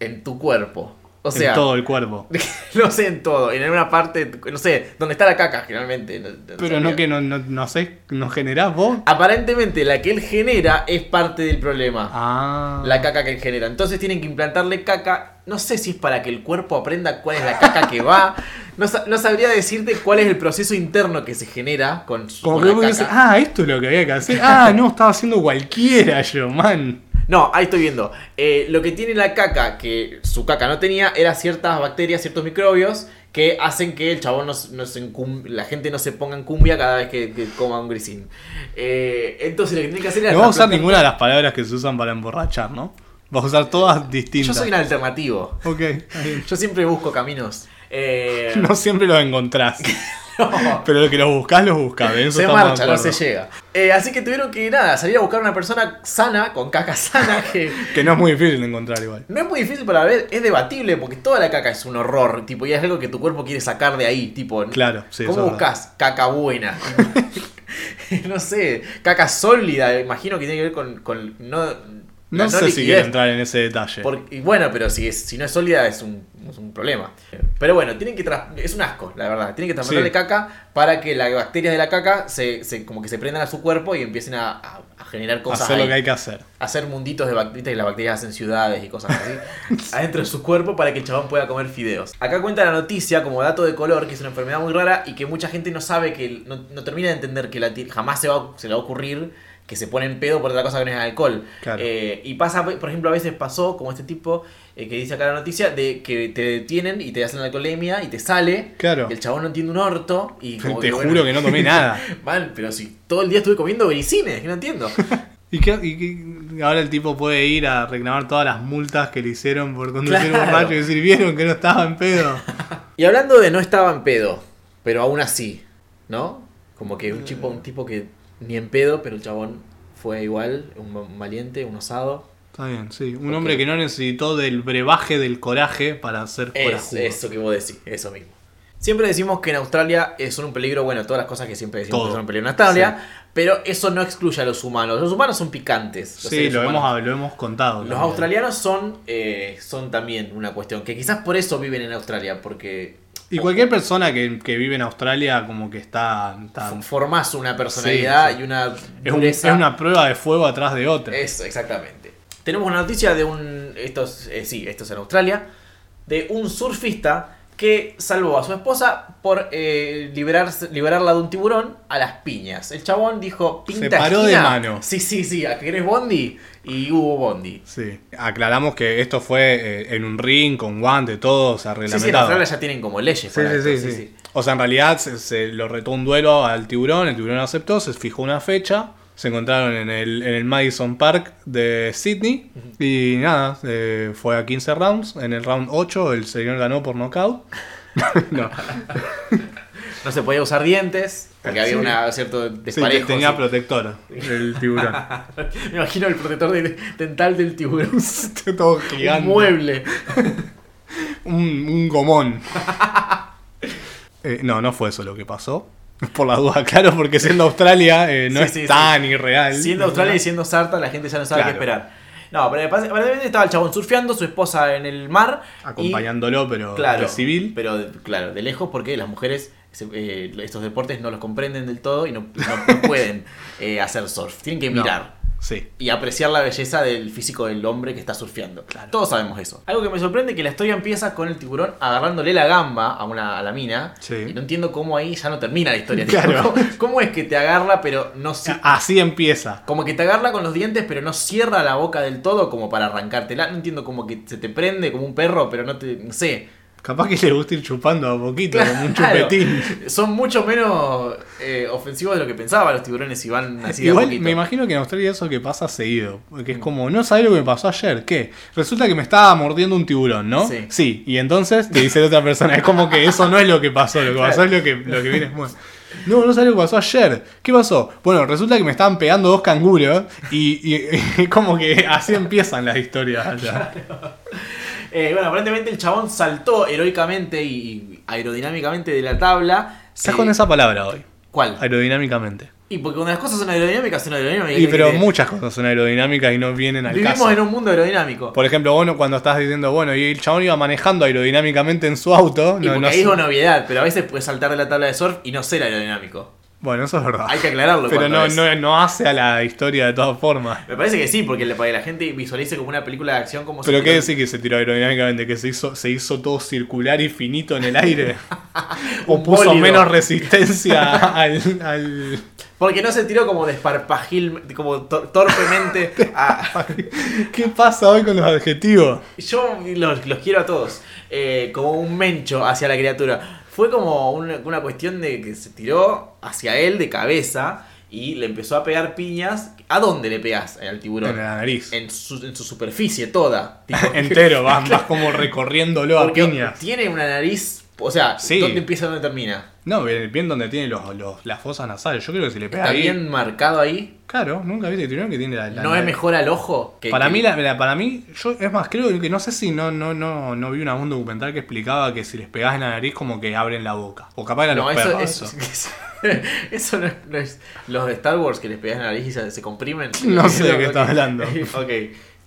en tu cuerpo. O sea,
en todo el cuervo.
no sé en todo, en alguna parte, de tu- no sé, donde está la caca generalmente. no-
Pero no que no, no, no sé, ¿nos generás vos?
Aparentemente la que él genera es parte del problema.
Ah.
La caca que él genera. Entonces tienen que implantarle caca. No sé si es para que el cuerpo aprenda cuál es la caca que va. No, sa- no sabría decirte cuál es el proceso interno que se genera con, su-
Como
con
que
la
vos decís,
caca.
ah, esto es lo que había que hacer. Ah, no, estaba haciendo cualquiera yo, man.
No, ahí estoy viendo. Eh, lo que tiene la caca, que su caca no tenía, era ciertas bacterias, ciertos microbios que hacen que el chabón no, se- no se encum- la gente no se ponga en cumbia cada vez que, que coma un grisín. Eh, entonces lo que tiene que hacer es...
No vas a usar ninguna de las palabras que se usan para emborrachar, ¿no? Vas a usar todas
Yo
distintas.
soy un alternativo.
Ok, está bien.
Yo siempre busco caminos. Eh,
No siempre los encontrás.
no.
Pero lo que los buscás, los buscás. de eso
se
estamos de
marcha, no se
acuerdo.
llega. Eh, así que tuvieron que nada, salir a buscar una persona sana, con caca sana, que
Que no es muy difícil de encontrar igual.
no es muy difícil para ver, es debatible porque toda la caca es un horror, tipo, y es algo que tu cuerpo quiere sacar de ahí, tipo,
Claro, sí, eso
¿cómo
es
buscas caca buena? no sé, caca sólida, imagino que tiene que ver con, con no, la
No sé si
liquidez.
quiero entrar en ese detalle.
Por- y bueno, pero si, es- si no es sólida es un, es un problema. Pero bueno, tienen que tras- es un asco, la verdad. Tienen que trasplantarle
Sí.
caca para que las bacterias de la caca se, se- como que se prendan a su cuerpo y empiecen a, a- a generar cosas.
Hacer lo
ahí.
que hay que hacer.
Hacer munditos de bacterias y las bacterias hacen ciudades y cosas así adentro de su cuerpo para que el chabón pueda comer fideos. Acá cuenta la noticia como dato de color que es una enfermedad muy rara y que mucha gente no sabe que no, no termina de entender que la ti- jamás se, va, a- se le va a ocurrir que se ponen pedo por otra cosa que no es alcohol.
Claro.
Eh, y pasa, por ejemplo, a veces pasó, como este tipo eh, que dice acá la noticia, de que te detienen y te hacen la alcoholemia y te sale.
Claro.
Y el chabón no entiende un orto. Y como
Te
que,
juro
bueno,
que no tomé nada.
Mal, pero si todo el día estuve comiendo bericines, que no entiendo.
¿Y, qué, y qué- ahora el tipo puede ir a reclamar todas las multas que le hicieron por conducir
Claro.
borracho y decir, vieron que no estaba en pedo.
Y hablando de no estaba en pedo, pero aún así, ¿no? Como que un tipo,
Mm.
un tipo que ni en pedo, pero el chabón fue igual, un va- un valiente, un osado.
Está bien, sí. Un
Ok.
hombre que no necesitó del brebaje del coraje para hacer
Es,
corajudo.
eso que vos decís, eso mismo. Siempre decimos que en Australia eh, son un peligro, bueno, todas las cosas que siempre decimos
Todo.
que son un peligro en Australia, pero eso no excluye a los humanos. Los humanos son picantes. los
Sí,
seres
lo
humanos.
hemos, lo hemos contado.
Los
también.
australianos son, eh, son también una cuestión, que quizás por eso viven en Australia, porque
Y cualquier persona que, que vive en Australia como que está... está-
f- formás una personalidad
Sí, sí.
y una...
es, un- es
dureza.
una prueba de fuego atrás de otra.
Eso, exactamente. Tenemos una noticia de un. Estos, eh, sí, esto es en Australia. De un surfista que salvó a su esposa por eh, liberarse- liberarla de un tiburón a las piñas. El chabón dijo:
Se
pinta
paró de
esquina".
mano.
Sí, sí, sí. ¿A qué eres Bondi? Y hubo Bondi.
Sí. Aclaramos que esto fue eh, en un ring, con guante, todo, o sea,
Sí, sí, en
reglamentado.
Australia ya tienen como leyes.
Sí,
para
sí,
esto,
sí, sí. O sea, en realidad se, se lo retó un duelo al tiburón, el tiburón aceptó, se fijó una fecha, se encontraron en el, en el Madison Park de Sydney y nada, eh, fue a 15 rounds, en el round 8 el señor ganó por knockout. no,
No se podía usar dientes porque había
Sí.
una cierto
Sí, que
desparejo.
tenía
sí.
protector el tiburón.
Me imagino el protector de- dental del tiburón.
Todo
un
gigante.
mueble.
un, un gomón. Eh, no, no fue eso lo que pasó. Por la duda, claro, porque siendo Australia eh, no
Sí,
es
sí,
tan irreal.
Siendo Australia y siendo Sarta, la gente ya no sabe
Claro.
qué esperar. No, pero pas- aparentemente estaba el chabón surfeando, su esposa en el mar. y-
Acompañándolo, pero
claro,
de civil.
Pero de- claro, de lejos, porque las mujeres se- eh, estos deportes no los comprenden del todo y no, no- no pueden eh, hacer surf. Tienen que
No.
mirar
Sí.
y apreciar la belleza del físico del hombre que está surfeando. Todos sabemos eso. Algo que me sorprende es que la historia empieza con el tiburón agarrándole la gamba a una a la mina.
Sí.
Y no entiendo cómo ahí ya no termina la historia.
Claro.
¿Cómo, cómo es que te agarra pero no se
Así empieza.
como que te agarra con los dientes, pero no cierra la boca del todo como para arrancártela. No entiendo, como que se te prende como un perro, pero no te. No sé.
Capaz que le gusta ir chupando a poquito, como un
Claro.
chupetín.
Son mucho menos eh, ofensivos de lo que pensaba los tiburones y van así de a
Igual
poquito. Mm.
me imagino que en Australia eso que pasa seguido. Que es como, no sabes lo que me pasó ayer. ¿Qué? Resulta que me estaba mordiendo un tiburón, ¿no?
Sí.
Y entonces te dice la otra persona. Es como que eso no es lo que pasó. Lo que pasó es lo que, lo que viene después. No, no sabes lo que pasó ayer. ¿Qué pasó? Bueno, resulta que me estaban pegando dos canguros. Y, y- y como que así empiezan las historias allá.
Eh, bueno, aparentemente el chabón saltó heroicamente y aerodinámicamente de la tabla.
Estás
Eh,
con esa palabra hoy.
¿Cuál?
Aerodinámicamente.
Y porque cuando las cosas son aerodinámicas, son aerodinámicas.
Y
¿qué
pero
querés?
muchas cosas son aerodinámicas y no vienen al
Vivimos
caso.
en un mundo aerodinámico.
Por ejemplo, bueno, cuando estás diciendo, bueno, y el chabón iba manejando aerodinámicamente en su auto.
y
no-
porque
no
ahí
sé-
es una novedad, pero a veces puedes saltar de la tabla de surf y no ser aerodinámico.
Bueno, eso es verdad.
Hay que aclararlo.
Pero
cuanto
no,
es.
no, no hace a la historia de todas formas.
Me parece que sí, porque le- para que la gente visualice como una película de acción como
Pero
si-
qué decir que se tiró aerodinámicamente, que se hizo, se hizo todo circular y finito en el aire. o
Un
puso
bólido.
menos resistencia al, al-
Porque no se tiró como desparpajil, como tor- torpemente. a-
¿Qué pasa hoy con los adjetivos?
Yo los, los quiero a todos. eh, como un mencho hacia la criatura. Fue como una, una cuestión de que se tiró hacia él de cabeza y le empezó a pegar piñas. ¿A dónde le pegas al tiburón?
En la nariz.
En su, en su superficie toda. tipo.
Entero, vas, vas como recorriéndolo a
Porque
piñas.
tiene una nariz. O sea,
Sí.
¿dónde empieza dónde termina?
No, bien, bien donde tiene los, los- las fosas nasales. Yo creo que si le pega
Está
ahí-
bien marcado ahí.
Claro, nunca viste que tiburón que tiene la. la-
¿No es mejor al ojo? Que,
Para
que-
mí, la- la- para mí, yo es más, creo que no sé si no, no, no, no vi una, un documental que explicaba que si les pegás en la nariz como que abren la boca. O capaz eran
No,
los
eso,
perros.
eso, eso, no, es, no es- Los de Star Wars que les pegas en la nariz y se, se comprimen.
No sé de
Ok.
qué estás hablando.
ok.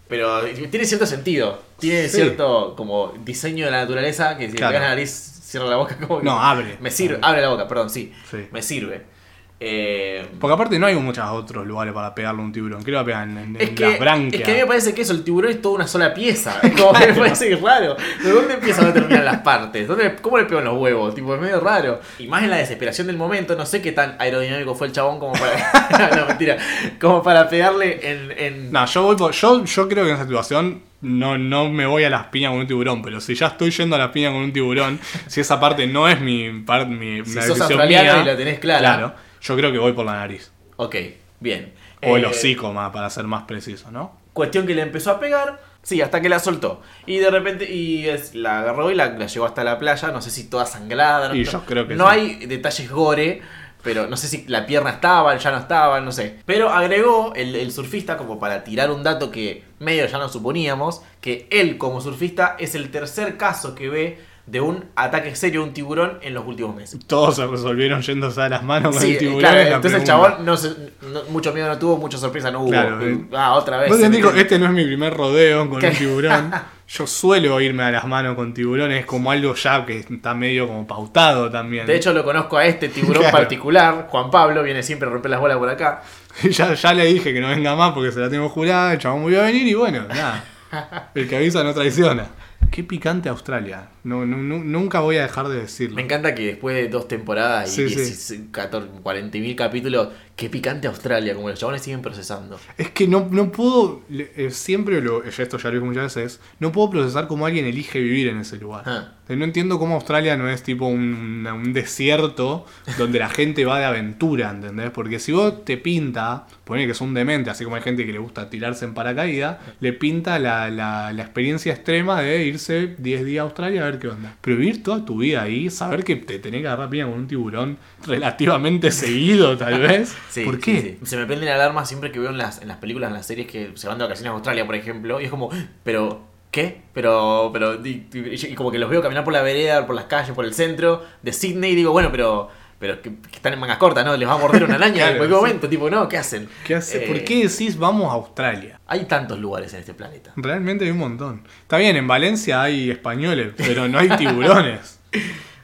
Pero tiene cierto sentido. Tiene
Sí.
cierto como diseño de la naturaleza que si le
Claro.
pegas en la nariz cierra la boca como que-
No, abre.
Me sirve, abre la boca, perdón, sí.
Sí.
Me sirve. Eh,
Porque aparte no hay muchos otros lugares para pegarle a un tiburón. ¿Qué le va a pegar? En, en-
es
en
que,
las
es
branquias.
que a mí me parece que eso, el tiburón es toda una sola pieza. Es como que me parece que es raro. ¿De dónde empiezan a terminan las partes? ¿Dónde- ¿Cómo le pegan los huevos? Tipo, es medio raro. Y más en la desesperación del momento, no sé qué tan aerodinámico fue el chabón como para. no, mentira. Como para pegarle en. en...
No, yo voy por- yo, yo creo que en esa situación no, no me voy a las piñas con un tiburón, pero si ya estoy yendo a las piñas con un tiburón, si esa parte no es mi parte, mi
Si
una
sos
decisión
australiano
mía,
y la tenés clara.
Claro, yo creo que voy por la nariz.
Ok, bien.
O el
Eh,
hocico más, para ser más preciso, ¿no?
Cuestión que le empezó a pegar. Sí, hasta que la soltó. Y de repente. Y es- la agarró y la, la llevó hasta la playa. No sé si toda sangrada. no-
Y yo creo que
No
sí.
hay detalles gore. Pero no sé si la pierna estaba, ya no estaba, no sé. Pero agregó el, el surfista como para tirar un dato que medio ya no suponíamos. Que él como surfista es el tercer caso que ve de un ataque serio de un tiburón en los últimos meses.
Todos se resolvieron yéndose a las manos con
Sí,
el tiburón.
claro,
en la
entonces el
pregunta.
chabón no se- no- mucho miedo no tuvo, mucha sorpresa no hubo.
Claro,
Y,
eh.
ah, otra vez.
Vos
se
te digo,
metió.
este no es mi primer rodeo con
¿Qué?
un tiburón. Yo suelo irme a las manos con tiburones, es como algo ya que está medio como pautado también.
De hecho, lo conozco a este tiburón
Claro.
particular, Juan Pablo, viene siempre a romper las bolas por acá.
ya, ya le dije que no venga más porque se la tengo jurada, el chabón volvió a venir y bueno, nada. El que avisa no traiciona. Qué picante Australia. No, no- nu- nunca voy a dejar de decirlo.
Me encanta que después de dos temporadas y
Sí, sí.
16, 14, 40 mil capítulos, qué picante Australia, como los chabones siguen procesando.
Es que no, no puedo, le- eh, siempre lo, esto ya lo dije muchas veces, no puedo procesar cómo alguien elige vivir en ese lugar.
Ah.
O sea, No entiendo cómo Australia no es tipo un, una- un desierto donde la gente va de aventura, ¿entendés? Porque si vos te pinta, poner que es un demente, así como hay gente que le gusta tirarse en paracaídas, le pinta la, la- la experiencia extrema de irse 10 días a Australia a ver qué onda. Pero vivir toda tu vida ahí, saber que te tenés que agarrar piña con un tiburón relativamente seguido, tal vez.
Sí,
¿Por
sí,
qué?
sí. Se me prenden alarmas siempre que veo en las, en las películas, en las series que se van de vacaciones a Australia, por ejemplo, y es como, pero, ¿qué? Pero, pero, y, y- y como que los veo caminar por la vereda, por las calles, por el centro de Sydney, y digo, bueno, pero, pero que, que están en mangas cortas, ¿no? Les va a morder una araña en
Claro,
cualquier
sí.
momento, tipo, no, ¿qué hacen?
¿Qué hace?
Eh,
¿Por qué decís vamos a Australia?
Hay tantos lugares en este planeta.
Realmente hay un montón. Está bien, en Valencia hay españoles, pero no hay tiburones.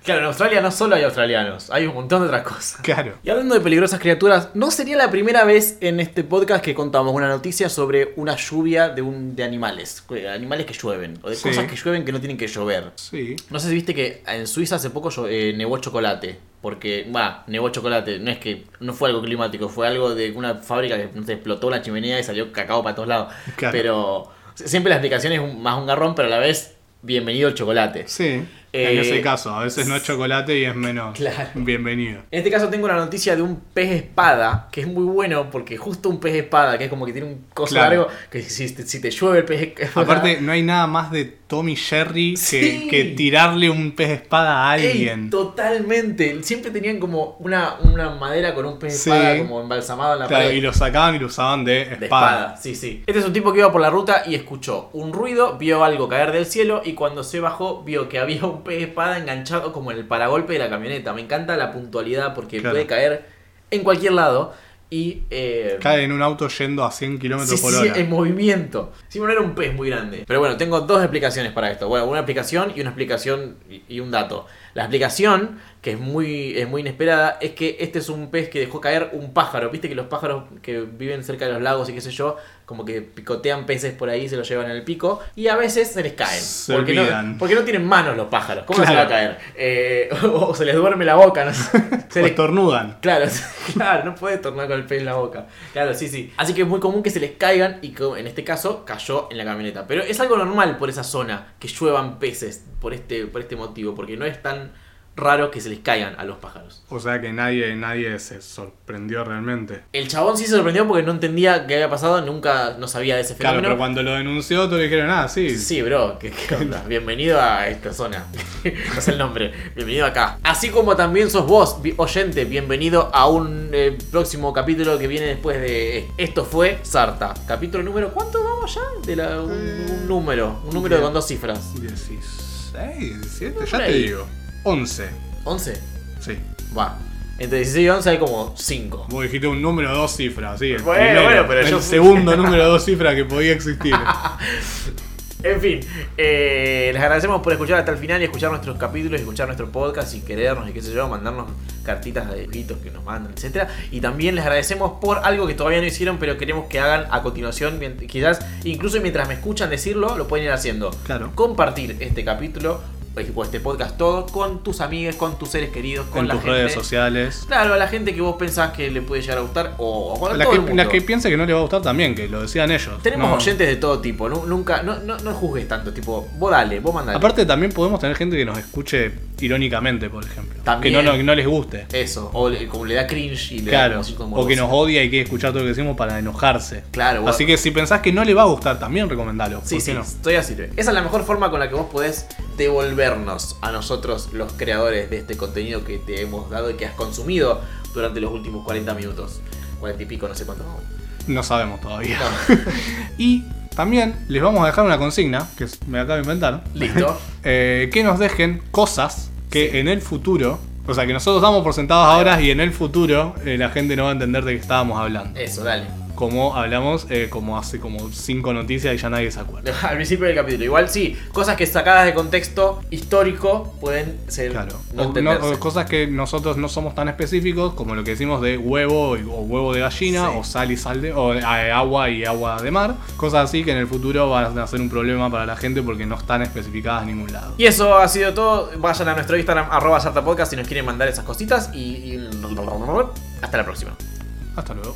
Claro, en Australia no solo hay australianos, hay un montón de otras cosas.
Claro.
Y hablando de peligrosas criaturas, no sería la primera vez en este podcast que contamos una noticia sobre una lluvia de, un, de animales, eh, animales que llueven, o de
Sí.
cosas que llueven que no tienen que llover.
Sí.
No sé si viste que en Suiza hace poco llo- eh, nevó chocolate, porque, va, nevó chocolate, no es que no fue algo climático, fue algo de una fábrica que no sé, explotó la chimenea y salió cacao para todos lados.
Claro.
Pero si- siempre la explicación es un- más un garrón, pero a la vez, bienvenido el chocolate.
Sí.
Eh,
en ese caso, a veces no es chocolate y es menos.
Claro.
Bienvenido.
En este caso tengo una noticia de un pez espada, que es muy bueno porque justo un pez espada, que es como que tiene un coso
Claro.
largo, que si, si te llueve el pez espada...
Aparte, no hay nada más de Tommy Jerry que,
Sí.
que tirarle un pez de espada a
Ey,
alguien.
totalmente. Siempre tenían como una, una madera con un pez
Sí.
espada como embalsamado en la
Claro,
pared.
y lo sacaban y lo usaban de espada.
De espada, sí, sí. Este es un tipo que iba por la ruta y escuchó un ruido, vio algo caer del cielo y cuando se bajó vio que había un pez espada enganchado como en el paragolpe de la camioneta. Me encanta la puntualidad porque
Claro.
puede caer en cualquier lado y... eh,
Cae en un auto yendo a 100 kilómetros
Sí,
por
sí,
hora.
en movimiento. Sí, bueno, era un pez muy grande. Pero bueno, tengo dos explicaciones para esto. Bueno, una explicación y una explicación y- y un dato. La explicación, que es muy, es muy inesperada, es que este es un pez que dejó caer un pájaro. Viste que los pájaros que viven cerca de los lagos y qué sé yo, como que picotean peces por ahí, se los llevan en el pico y a veces se les caen.
Se
porque, no,
olvidan.
porque no tienen manos los pájaros. ¿Cómo no se va a
Claro.
caer? Eh, o se les duerme la boca, no sé. Se
O
les
estornudan.
Claro, claro, no puede tornar con el pez en la boca. Claro, sí, sí. Así que es muy común que se les caigan y que en este caso cayó en la camioneta. Pero es algo normal por esa zona que lluevan peces por este, por este motivo, porque no es tan raro que se les caigan a los pájaros.
O sea que nadie, nadie se sorprendió realmente.
El chabón sí se sorprendió porque no entendía qué había pasado, nunca no sabía de ese
Claro,
fenómeno.
pero cuando lo denunció, todos le dijeron, ah, sí,
Sí, bro, ¿qué, qué onda? Bienvenido a esta zona. no sé el nombre. Bienvenido acá. Así como también sos vos, vi- oyente, bienvenido a un eh, próximo capítulo que viene después de este. Esto fue Sarta. Capítulo número. ¿Cuánto vamos ya? De la- un, un número. Un número
bien.
con dos cifras.
16, 17,
Por
ya te
ahí.
digo. 11,
¿11?
sí.
Va. Entre 16 y 11 hay como 5.
Vos dijiste un número de dos cifras, sí. el
Bueno, bueno, pero
el
yo-
segundo número de dos cifras que podía existir.
En fin, eh, les agradecemos por escuchar hasta el final y escuchar nuestros capítulos, y escuchar nuestro podcast y querernos y qué sé yo, mandarnos cartitas de dibujitos que nos mandan, etcétera. Y también les agradecemos por algo que todavía no hicieron, pero queremos que hagan a continuación, mient- quizás incluso mientras me escuchan decirlo, lo pueden ir haciendo.
Claro.
Compartir este capítulo o este podcast todo con tus amigos, con tus seres queridos, con
en
la
tus
gente.
redes sociales.
Claro, a la gente que vos pensás que le puede llegar a gustar o, o a
Las
todo
que,
el mundo.
las que piense que no le va a gustar también, que lo decían ellos.
Tenemos
No.
oyentes de todo tipo, nu- nunca, no, no, no juzgues tanto, tipo, vos dale, vos mandale.
Aparte también podemos tener gente que nos escuche irónicamente, por ejemplo.
También.
Que no, no- no les guste.
Eso, o le- como le da cringe y le da
Claro.
como cierto
O que
morboso.
nos odia y quiere escuchar todo lo que decimos para enojarse.
Claro, bueno.
Así que si pensás que no le va a gustar, también recomendalo.
Sí,
¿Por qué
sí,
no?
estoy así. Esa es la mejor forma con la que vos podés devolvernos a nosotros, los creadores de este contenido que te hemos dado y que has consumido durante los últimos 40 minutos. 40 y pico, no sé cuánto.
No sabemos todavía.
No.
Y también les vamos a dejar una consigna, que me acabo de inventar.
Listo.
Eh, que nos dejen cosas que en el futuro, o sea, que nosotros damos por sentadas ahora y en el futuro eh, la gente no va a entender de qué estábamos hablando.
Eso, dale.
Como hablamos eh, como hace como cinco noticias y ya nadie se acuerda.
Al principio del capítulo. Igual sí, cosas que sacadas de contexto histórico pueden ser
Claro.
no
O- no-
entenderse.
o cosas que nosotros no somos tan específicos como lo que decimos de huevo y- o huevo de gallina
Sí.
o sal y sal de o eh, agua y agua de mar. Cosas así que en el futuro van a ser un problema para la gente porque no están especificadas en ningún lado.
Y eso ha sido todo. Vayan a nuestro Instagram, arroba Sarta Podcast, si nos quieren mandar esas cositas. Y, y- hasta la próxima.
Hasta luego.